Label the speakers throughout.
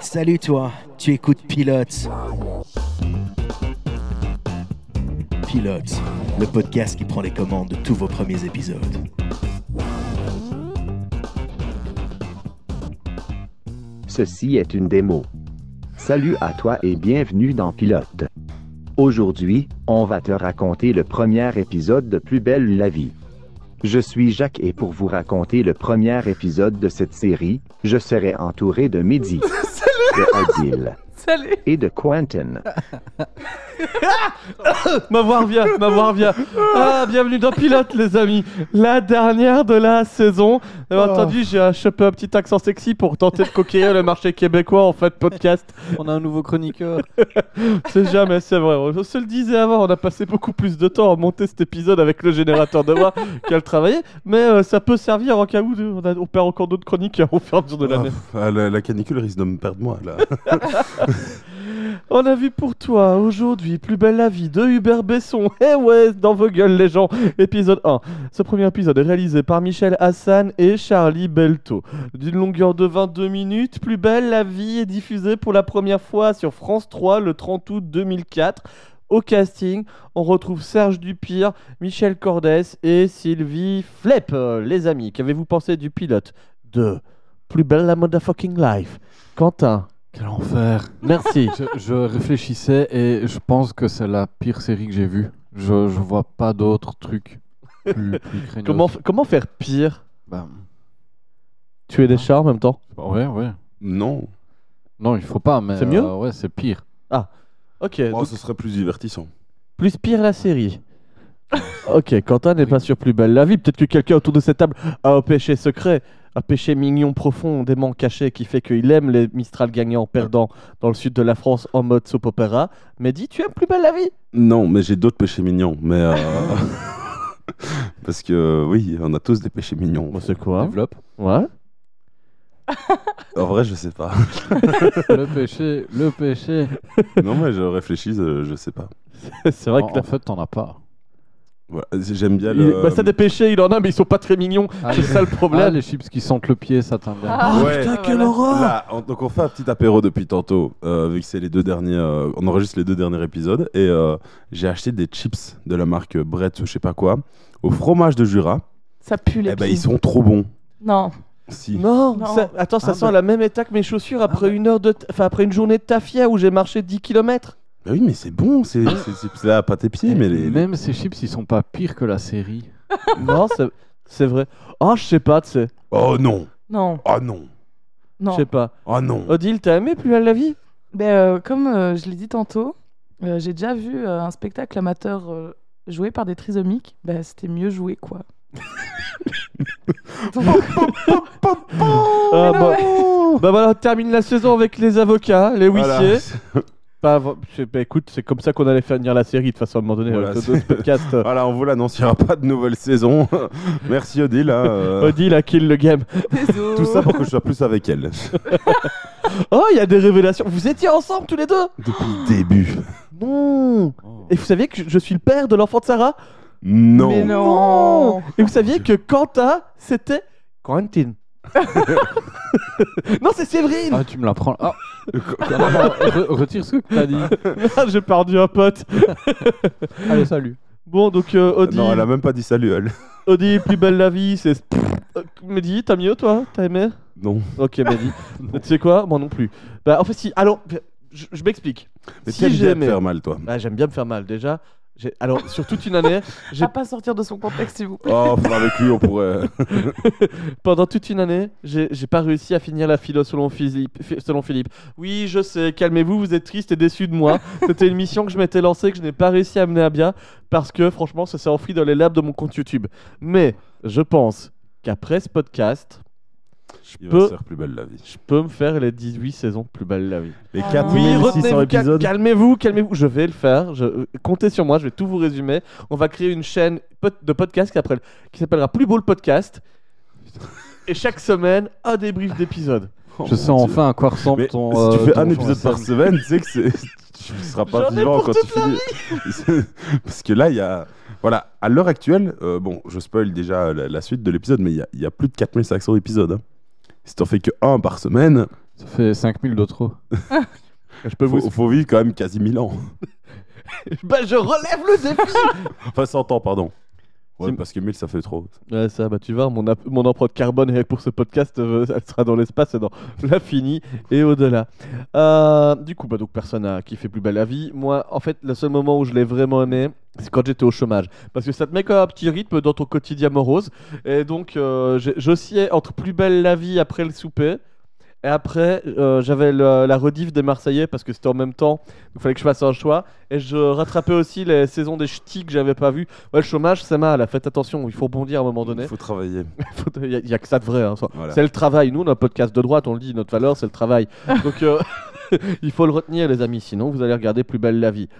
Speaker 1: Salut toi, tu écoutes Pilote. Pilote, le podcast qui prend les commandes de tous vos premiers épisodes.
Speaker 2: Ceci est une démo. Salut à toi et bienvenue dans Pilote. Aujourd'hui, on va te raconter le premier épisode de Plus belle la vie. Je suis Jacques et pour vous raconter le premier épisode de cette série, je serai entouré de Mehdi, de Adil
Speaker 3: Salut
Speaker 2: et de Quentin.
Speaker 3: Ma voix revient, ma voix revient. Ah, bienvenue dans Pilote, les amis. La dernière de la saison. Bien entendu, j'ai chopé un petit accent sexy pour tenter de coquiller le marché québécois en fait podcast.
Speaker 4: On a un nouveau chroniqueur.
Speaker 3: C'est jamais, c'est vrai. On se le disait avant, on a passé beaucoup plus de temps à monter cet épisode avec le générateur de voix qu'à le travailler. Mais euh, ça peut servir en cas où de- on, a- on perd encore d'autres chroniqueurs au fur et à mesure de l'année.
Speaker 5: Ah, la, la canicule risque de me perdre moi là.
Speaker 3: On a vu pour toi aujourd'hui Plus belle la vie de Hubert Besson. Eh ouais, dans vos gueules les gens. Épisode 1. Ce premier épisode est réalisé par Michel Hassan et Charlie Belto. D'une longueur de 22 minutes, Plus belle la vie est diffusée pour la première fois sur France 3 le 30 août 2004. Au casting, on retrouve Serge Dupire, Michel Cordès et Sylvie Flep. Euh, Les amis, qu'avez-vous pensé du pilote de Plus belle la motherfucking life Quentin,
Speaker 4: Quel enfer.
Speaker 3: merci.
Speaker 4: Je, je réfléchissais et je pense que c'est la pire série que j'ai vue. Je, je vois pas d'autres trucs plus, plus craignos.
Speaker 3: Comment, f- comment faire pire
Speaker 4: Bah,
Speaker 3: Tuer des chats en même temps
Speaker 4: Ouais, ouais.
Speaker 5: Non.
Speaker 4: Non, il faut pas, mais.
Speaker 3: C'est mieux
Speaker 4: euh, Ouais, c'est pire.
Speaker 3: Ok,
Speaker 5: Oh,
Speaker 3: donc
Speaker 5: ce serait plus divertissant.
Speaker 3: plus pire la série. ok, Quentin n'est pas sur plus belle la vie. Peut-être que quelqu'un autour de cette table a un péché secret, un péché mignon profondément caché qui fait qu'il aime les Mistral gagnants perdants dans le sud de la France en mode soap opéra. Mais dis, tu aimes plus belle la vie
Speaker 5: Non, mais j'ai d'autres péchés mignons. Mais euh, parce que euh, oui, on a tous des péchés mignons.
Speaker 3: Bon, c'est quoi
Speaker 4: Développe.
Speaker 3: Ah. Ouais.
Speaker 5: En vrai, je sais pas.
Speaker 4: le péché, le péché.
Speaker 5: non, mais je réfléchis, euh, je sais pas.
Speaker 3: c'est vrai
Speaker 4: en,
Speaker 3: que. là-
Speaker 4: en fait, t'en as pas.
Speaker 5: Voilà, J'aime bien
Speaker 3: il-
Speaker 5: le. euh,
Speaker 3: bah, ça, des péchés, il en a, mais ils sont pas très mignons.
Speaker 4: Ah,
Speaker 3: C'est
Speaker 4: les,
Speaker 3: ça le
Speaker 4: ah,
Speaker 3: problème.
Speaker 4: les chips qui sentent le pied, ça t'aime bien.
Speaker 6: Ah,
Speaker 5: Ouais.
Speaker 6: putain, quelle horreur
Speaker 5: Là, on- donc on fait un petit apéro depuis tantôt, euh, vu que c'est les deux derniers, euh, on enregistre les deux derniers épisodes et euh, j'ai acheté des chips de la marque Brett ou je sais pas quoi au fromage de Jura.
Speaker 6: Ça pue les
Speaker 5: Eh ben
Speaker 6: pieds.
Speaker 5: ils sont trop bons.
Speaker 6: Non.
Speaker 5: Si.
Speaker 3: Non,
Speaker 6: Non.
Speaker 3: ça- attends, ça
Speaker 4: Ah,
Speaker 3: sent
Speaker 4: bah-
Speaker 3: à la même état que mes chaussures après une heure de, ta- enfin après une journée de tafia où j'ai marché 10 km.
Speaker 5: Bah oui, mais c'est bon, c'est c'est- c'est- c'est la pâte
Speaker 4: Et
Speaker 5: épiée, mais les.
Speaker 4: Même ces chips, ils sont pas pires que la série.
Speaker 3: non, c'est- c'est vrai. Oh, je sais pas, tu sais,
Speaker 5: Oh non,
Speaker 6: Non.
Speaker 5: oh non,
Speaker 3: je
Speaker 6: Non.
Speaker 3: sais pas.
Speaker 5: oh non.
Speaker 3: Odile, t'as aimé plus à la vie
Speaker 6: Ben, euh, comme euh, je l'ai dit tantôt, euh, j'ai déjà vu euh, un spectacle amateur euh, joué par des trisomiques. Ben, c'était mieux joué, quoi. Donc, Oh
Speaker 3: Ah, bah, bah voilà, on termine la saison avec les avocats, les
Speaker 5: Voilà.
Speaker 3: huissiers. Pas av- je sais pas, écoute, c'est comme ça qu'on allait finir la série de toute façon à un moment donné.
Speaker 5: Voilà, Ah.
Speaker 3: avec le
Speaker 5: c'est-
Speaker 3: d'autres podcasts. euh,
Speaker 5: Voilà, on vous l'annoncera pas de nouvelle saison. Merci Odile. hein, euh,
Speaker 3: Odile a kill le game.
Speaker 6: désolé.
Speaker 5: Tout ça pour que je sois plus avec elle.
Speaker 3: Oh, il y a des révélations. Vous étiez ensemble tous les deux
Speaker 5: Depuis le début.
Speaker 3: Non.
Speaker 5: Oh.
Speaker 3: Et vous saviez que je- je suis le père de l'enfant de Sarah
Speaker 5: Non.
Speaker 6: Mais non.
Speaker 3: Et vous saviez que Quentin, c'était Quentin. non, c'est Séverine.
Speaker 4: Ah, tu me la prends. Ah, non, non, non, re- retire ce que t'as dit.
Speaker 5: Ah.
Speaker 3: Merde, J'ai perdu un pote.
Speaker 4: Allez, salut.
Speaker 3: Bon, donc euh, Audi,
Speaker 5: Non, elle a même pas dit salut, elle.
Speaker 3: Audi, plus belle la vie, c'est. Euh, Mehdi, t'as mieux toi T'as aimé
Speaker 5: Non.
Speaker 3: Ok, Mehdi. tu sais quoi Moi non plus. Bah, en fait, si. Alors, je, je m'explique.
Speaker 5: Mais
Speaker 3: Si
Speaker 5: t'aimes
Speaker 3: j'ai
Speaker 5: bien te
Speaker 3: aimé.
Speaker 5: faire mal, toi.
Speaker 3: Bah, j'aime bien me faire mal déjà. J'ai- Alors, sur toute une année, j'ai-
Speaker 6: À pas sortir de son contexte, s'il vous plaît.
Speaker 5: Oh, enfin, avec lui, on pourrait.
Speaker 3: pendant toute une année, j'ai j'ai pas réussi à finir la philo selon Philippe. fi- Selon Philippe. Oui, je sais, calmez-vous, vous êtes triste et déçu de moi. C'était une mission que je m'étais lancée, que je n'ai pas réussi à mener à bien, parce que franchement, ça s'est enfoui dans les labs de mon compte YouTube. Mais je pense qu'après ce podcast, je
Speaker 5: Il va
Speaker 3: peux,
Speaker 5: se faire plus belle la vie.
Speaker 3: je peux me faire les 18 saisons de plus belle la vie.
Speaker 5: Les
Speaker 6: Ah.
Speaker 3: Oui,
Speaker 5: 4600
Speaker 3: retenez-vous, cal-
Speaker 5: épisodes.
Speaker 3: calmez-vous, calmez-vous. Je vais le faire. Je... euh, Comptez sur moi, je vais tout vous résumer. On va créer une chaîne pod- de podcast qui, appelle- qui s'appellera Plus Beau le Podcast. Et chaque semaine, un débrief d'épisode.
Speaker 5: Oh,
Speaker 4: Je sens
Speaker 5: mon Dieu.
Speaker 4: enfin à quoi ressemble
Speaker 5: Mais
Speaker 4: ton.
Speaker 5: si tu
Speaker 4: euh,
Speaker 5: fais
Speaker 4: ton
Speaker 5: un
Speaker 4: Jean
Speaker 5: épisode par
Speaker 4: Lassalle.
Speaker 5: semaine, tu sais que c'est- tu seras pas
Speaker 3: J'en ai
Speaker 5: vivant
Speaker 3: pour
Speaker 5: quand tu finis. Parce que là, il y a. Voilà, à l'heure actuelle, euh, bon, je spoil déjà la, la suite de l'épisode, mais il y a- il y, a plus de 4500 épisodes. hein. Si t'en fais que un par semaine,
Speaker 4: Ça fait 5000 de trop.
Speaker 3: Je peux
Speaker 5: faut, faut vivre quand même quasi 1000 ans.
Speaker 3: Bah, je relève le défi
Speaker 5: Enfin, 100 ans, pardon. Ouais,
Speaker 3: C'est-
Speaker 5: parce que 1000, ça fait trop.
Speaker 3: Ouais, ça, bah tu vois, mon, ap- mon empreinte carbone euh, pour ce podcast, euh, elle sera dans l'espace, et dans l'infini et au-delà. Euh, du coup, bah donc personne n'a kiffé plus belle la vie. Moi, en fait, le seul moment où je l'ai vraiment aimé, c'est quand j'étais au chômage. Parce que ça te met quand même un petit rythme dans ton quotidien morose. Et donc, euh, j'ai- j'oscillais entre plus belle la vie après le souper. Et après, euh, j'avais le- la rediff des Marseillais parce que c'était en même temps. Donc, il fallait que je fasse un choix. Et je rattrapais aussi les saisons des ch'tis que j'avais pas vues. Ouais, le chômage, c'est mal. Faites attention, il faut rebondir à un moment donné.
Speaker 5: Il faut travailler.
Speaker 3: Il n'y a, que ça de vrai. hein, ça.
Speaker 5: Voilà.
Speaker 3: C'est le travail. Nous, notre podcast de droite, on le dit, notre valeur, c'est le travail. Donc, euh, il faut le retenir, les amis. Sinon, vous allez regarder Plus belle la vie.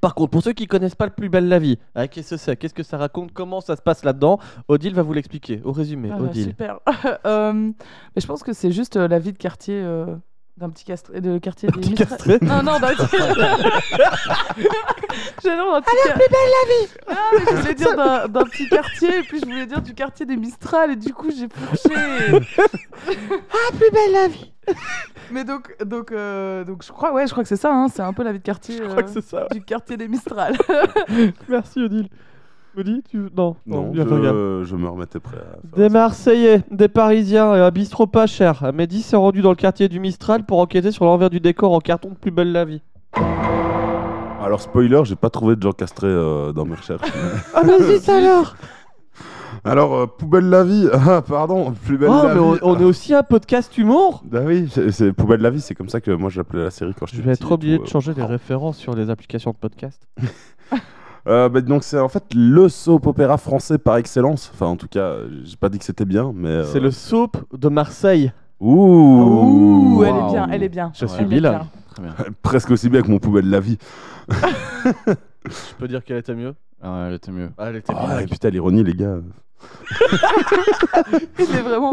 Speaker 3: Par contre, pour ceux qui connaissent pas le Plus belle la vie, hein, qu'est-ce que c'est Qu'est-ce que ça raconte Comment ça se passe là-dedans Odile va vous l'expliquer. Au résumé,
Speaker 6: Ah bah,
Speaker 3: Odile.
Speaker 6: super. Euh, mais je pense que c'est juste euh, la vie de quartier euh, d'un petit castré, de quartier des
Speaker 3: Petit
Speaker 6: Mistral-
Speaker 3: castré
Speaker 6: Non, non, d'un petit. J'ai non, d'un petit. Allez, plus belle la vie. Non, mais je voulais dire d'un, d'un petit quartier, et puis je voulais dire du quartier des Mistral, et du coup j'ai fourché.
Speaker 3: Plus belle la vie
Speaker 6: mais donc, donc, euh, donc je crois, ouais, je crois que c'est ça. hein, c'est un peu la vie de quartier.
Speaker 3: Je crois que
Speaker 6: euh,
Speaker 3: c'est ça. ouais.
Speaker 6: Du quartier des Mistral.
Speaker 3: Merci, Odile. Odile, tu. Non,
Speaker 5: Non,
Speaker 3: il a fait gaffe.
Speaker 5: je, je me remettais prêt à faire
Speaker 3: Des
Speaker 5: ça.
Speaker 3: Marseillais, des Parisiens et un bistrot pas cher. Mehdi s'est rendu dans le quartier du Mistral pour enquêter sur l'envers du décor en carton de Plus belle la vie.
Speaker 5: Alors, spoiler, j'ai pas trouvé de gens castrés euh, dans mes recherches.
Speaker 3: Ah mais zut alors
Speaker 5: Alors, euh, poubelle la vie, ah, pardon, plus belle
Speaker 3: Oh
Speaker 5: la
Speaker 3: mais on,
Speaker 5: vie.
Speaker 3: on est aussi un podcast humour
Speaker 5: Bah oui, c'est- c'est poubelle la vie, c'est comme ça que moi j'appelais la série quand
Speaker 3: Je
Speaker 5: j'étais
Speaker 3: vais
Speaker 5: petit
Speaker 3: être
Speaker 5: et
Speaker 3: obligé
Speaker 5: tout,
Speaker 3: de
Speaker 5: euh.
Speaker 3: changer les références sur les applications de podcast.
Speaker 5: Euh, bah, donc c'est en fait le soap opéra français par excellence. Enfin, en tout cas, euh, j'ai pas dit que c'était bien, mais. euh,
Speaker 3: C'est le soap de Marseille.
Speaker 5: Ouh,
Speaker 6: elle est
Speaker 4: Waouh.
Speaker 6: bien, elle est bien.
Speaker 3: Je
Speaker 4: Ouais.
Speaker 3: suis
Speaker 6: Elle est
Speaker 3: bilingue.
Speaker 6: bien.
Speaker 4: Très bien.
Speaker 5: Presque aussi bien que mon poubelle la vie.
Speaker 3: Je peux dire qu'elle était mieux
Speaker 4: Ah ouais, elle était mieux.
Speaker 3: Ah, elle était
Speaker 5: Ah, et
Speaker 3: bilingue.
Speaker 5: putain, l'ironie, les gars.
Speaker 6: Il est vraiment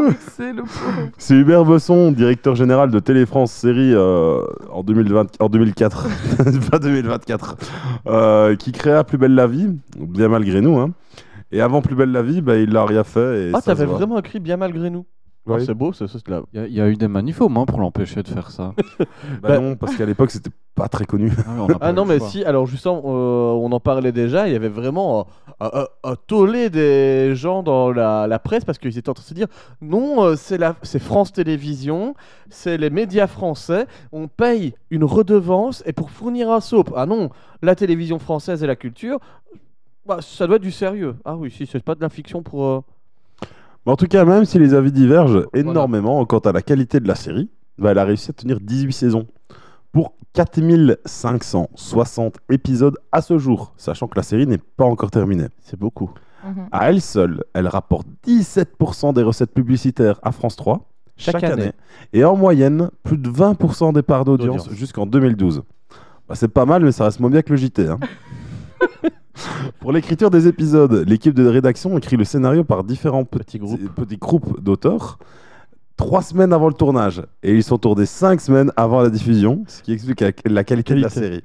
Speaker 6: mixé le pauvre.
Speaker 5: C'est Hubert Besson, directeur général de Télé-France série euh, en, 2020 en 2004, pas 2024, euh, qui créa Plus belle la vie, bien malgré nous. hein. Et avant Plus belle la vie, bah, il l'a rien fait. Et
Speaker 3: Ah
Speaker 5: ça
Speaker 3: t'avais
Speaker 5: se voit.
Speaker 3: vraiment écrit bien malgré nous. Ah,
Speaker 5: Ouais.
Speaker 3: c'est beau, c'est c'est de la-
Speaker 4: Il y, a- il y a eu des manifs au moins pour l'empêcher de faire ça.
Speaker 5: Bah
Speaker 3: Bah-
Speaker 5: non, parce qu'à l'époque, c'était pas très connu.
Speaker 4: Ah, mais on a pas
Speaker 3: Ah
Speaker 4: eu
Speaker 3: non
Speaker 4: le
Speaker 3: mais
Speaker 4: choix.
Speaker 3: si, alors justement, euh, on en parlait déjà, il y avait vraiment euh, un, un- un tollé des gens dans la, la presse parce qu'ils étaient en train de se dire non, euh, c'est la- c'est France Télévisions, c'est les médias français, on paye une redevance et pour fournir un soap. Ah non, la télévision française et la culture, bah, ça doit être du sérieux. Ah oui, si, c'est pas de la fiction pour... euh,
Speaker 5: Mais en tout cas, même si les avis divergent
Speaker 3: Voilà.
Speaker 5: énormément quant à la qualité de la série, bah, elle a réussi à tenir 18 saisons pour 4560 épisodes à ce jour, sachant que la série n'est pas encore terminée.
Speaker 3: C'est beaucoup.
Speaker 6: Mhm.
Speaker 5: À elle seule, elle rapporte 17% des recettes publicitaires à France 3 chaque,
Speaker 3: Chaque
Speaker 5: année.
Speaker 3: année.
Speaker 5: et en moyenne, plus de 20% des parts d'audience
Speaker 3: D'audience.
Speaker 5: jusqu'en 2012. Bah, c'est pas mal, mais ça reste moins bien que le JT. hein. Pour l'écriture des épisodes, l'équipe de rédaction écrit le scénario par différents
Speaker 3: Petits
Speaker 5: petits,
Speaker 3: groupes.
Speaker 5: petits groupes d'auteurs trois semaines avant le tournage. Et ils sont tournés cinq semaines avant la diffusion, ce qui explique la, la qualité de la
Speaker 3: Qualité.
Speaker 5: série.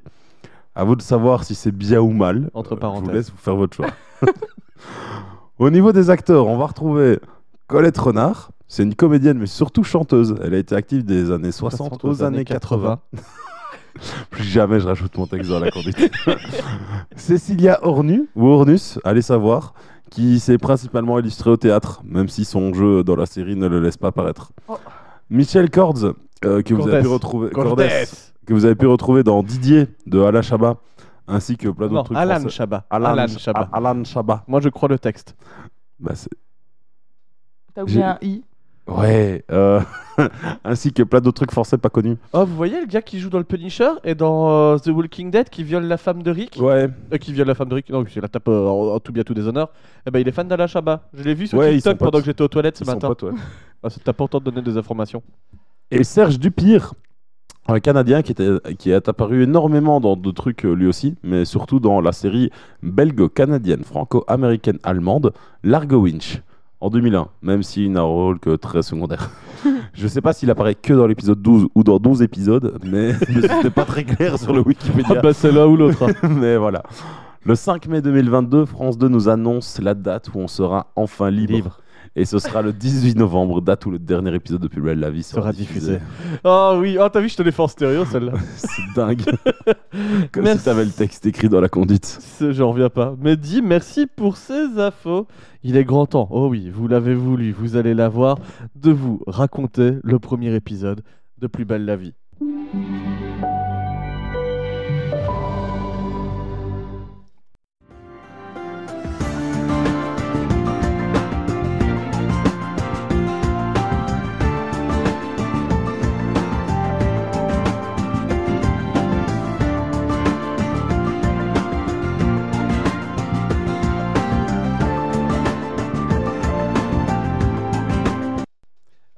Speaker 5: À vous de savoir si c'est bien ou mal.
Speaker 3: Entre
Speaker 5: Euh, Je
Speaker 3: parenthèses.
Speaker 5: vous laisse vous faire votre choix. Au niveau des acteurs, on va retrouver Colette Renard. C'est une comédienne, mais surtout chanteuse. Elle a été active des années 60, aux années 80. Plus jamais je rajoute mon texte dans la conduite. Cécilia Ornu, ou Ornus, allez savoir, qui s'est principalement illustrée au théâtre, même si son jeu dans la série ne le laisse pas paraître.
Speaker 6: Oh.
Speaker 5: Michel Cordes, euh, que vous avez
Speaker 3: Cordes.
Speaker 5: pu retrouver,
Speaker 3: Cordes.
Speaker 5: Cordes, que vous avez pu retrouver dans Didier de Alain Chabat, ainsi que plein
Speaker 3: Non,
Speaker 5: d'autres trucs
Speaker 3: Alan
Speaker 5: français.
Speaker 3: Chabat.
Speaker 5: Alan,
Speaker 3: Alan
Speaker 5: Ch-
Speaker 3: Chabat.
Speaker 5: A- Alan Chabat.
Speaker 3: Moi je crois le texte.
Speaker 5: Bah, c'est-
Speaker 6: T'as oublié
Speaker 5: J'ai-
Speaker 6: un i.
Speaker 5: ouais. euh, ainsi que plein d'autres trucs français pas connus.
Speaker 3: Oh, vous voyez le gars qui joue dans le Punisher et dans euh, The Walking Dead qui viole la femme de Rick
Speaker 5: Ouais.
Speaker 3: Euh, Qui viole la femme de Rick, non, qui la tape euh, en, en tout bien tout déshonneur. Eh ben, il est fan d'Alain Chabat. Je l'ai vu sur
Speaker 5: Ouais, ils sont
Speaker 3: TikTok
Speaker 5: potes.
Speaker 3: pendant que j'étais aux toilettes ce
Speaker 5: ils sont
Speaker 3: matin.
Speaker 5: potes, ouais.
Speaker 3: Ah, c'est important de donner des informations.
Speaker 5: Et Serge Dupire, un Canadien qui, était- qui est apparu énormément dans de trucs euh, lui aussi, mais surtout dans la série belgo-canadienne, franco-américaine, allemande, Largo Winch, en 2001, même s'il n'a un rôle que très secondaire. Je sais pas s'il apparaît que dans l'épisode 12 ou dans 12 épisodes, mais mais c'était pas très clair sur le Wikipédia.
Speaker 3: Ah, bah, c'est l'un ou l'autre. hein.
Speaker 5: Mais voilà. Le 5 mai 2022, France 2 nous annonce la date où on sera enfin libre. Et ce sera le 18 novembre, date où le dernier épisode de Plus belle la vie sera,
Speaker 4: Sera diffusé.
Speaker 3: Oh oui, oh, t'as vu, je te l'ai fait en stéréo celle-là.
Speaker 5: C'est dingue. Comme
Speaker 3: Merci.
Speaker 5: si t'avais le texte écrit dans la conduite.
Speaker 3: Ce- J'en reviens pas. Mais dis merci pour ces infos. Il est grand temps, oh oui, vous l'avez voulu, vous allez l'avoir, de vous raconter le premier épisode de Plus belle la vie.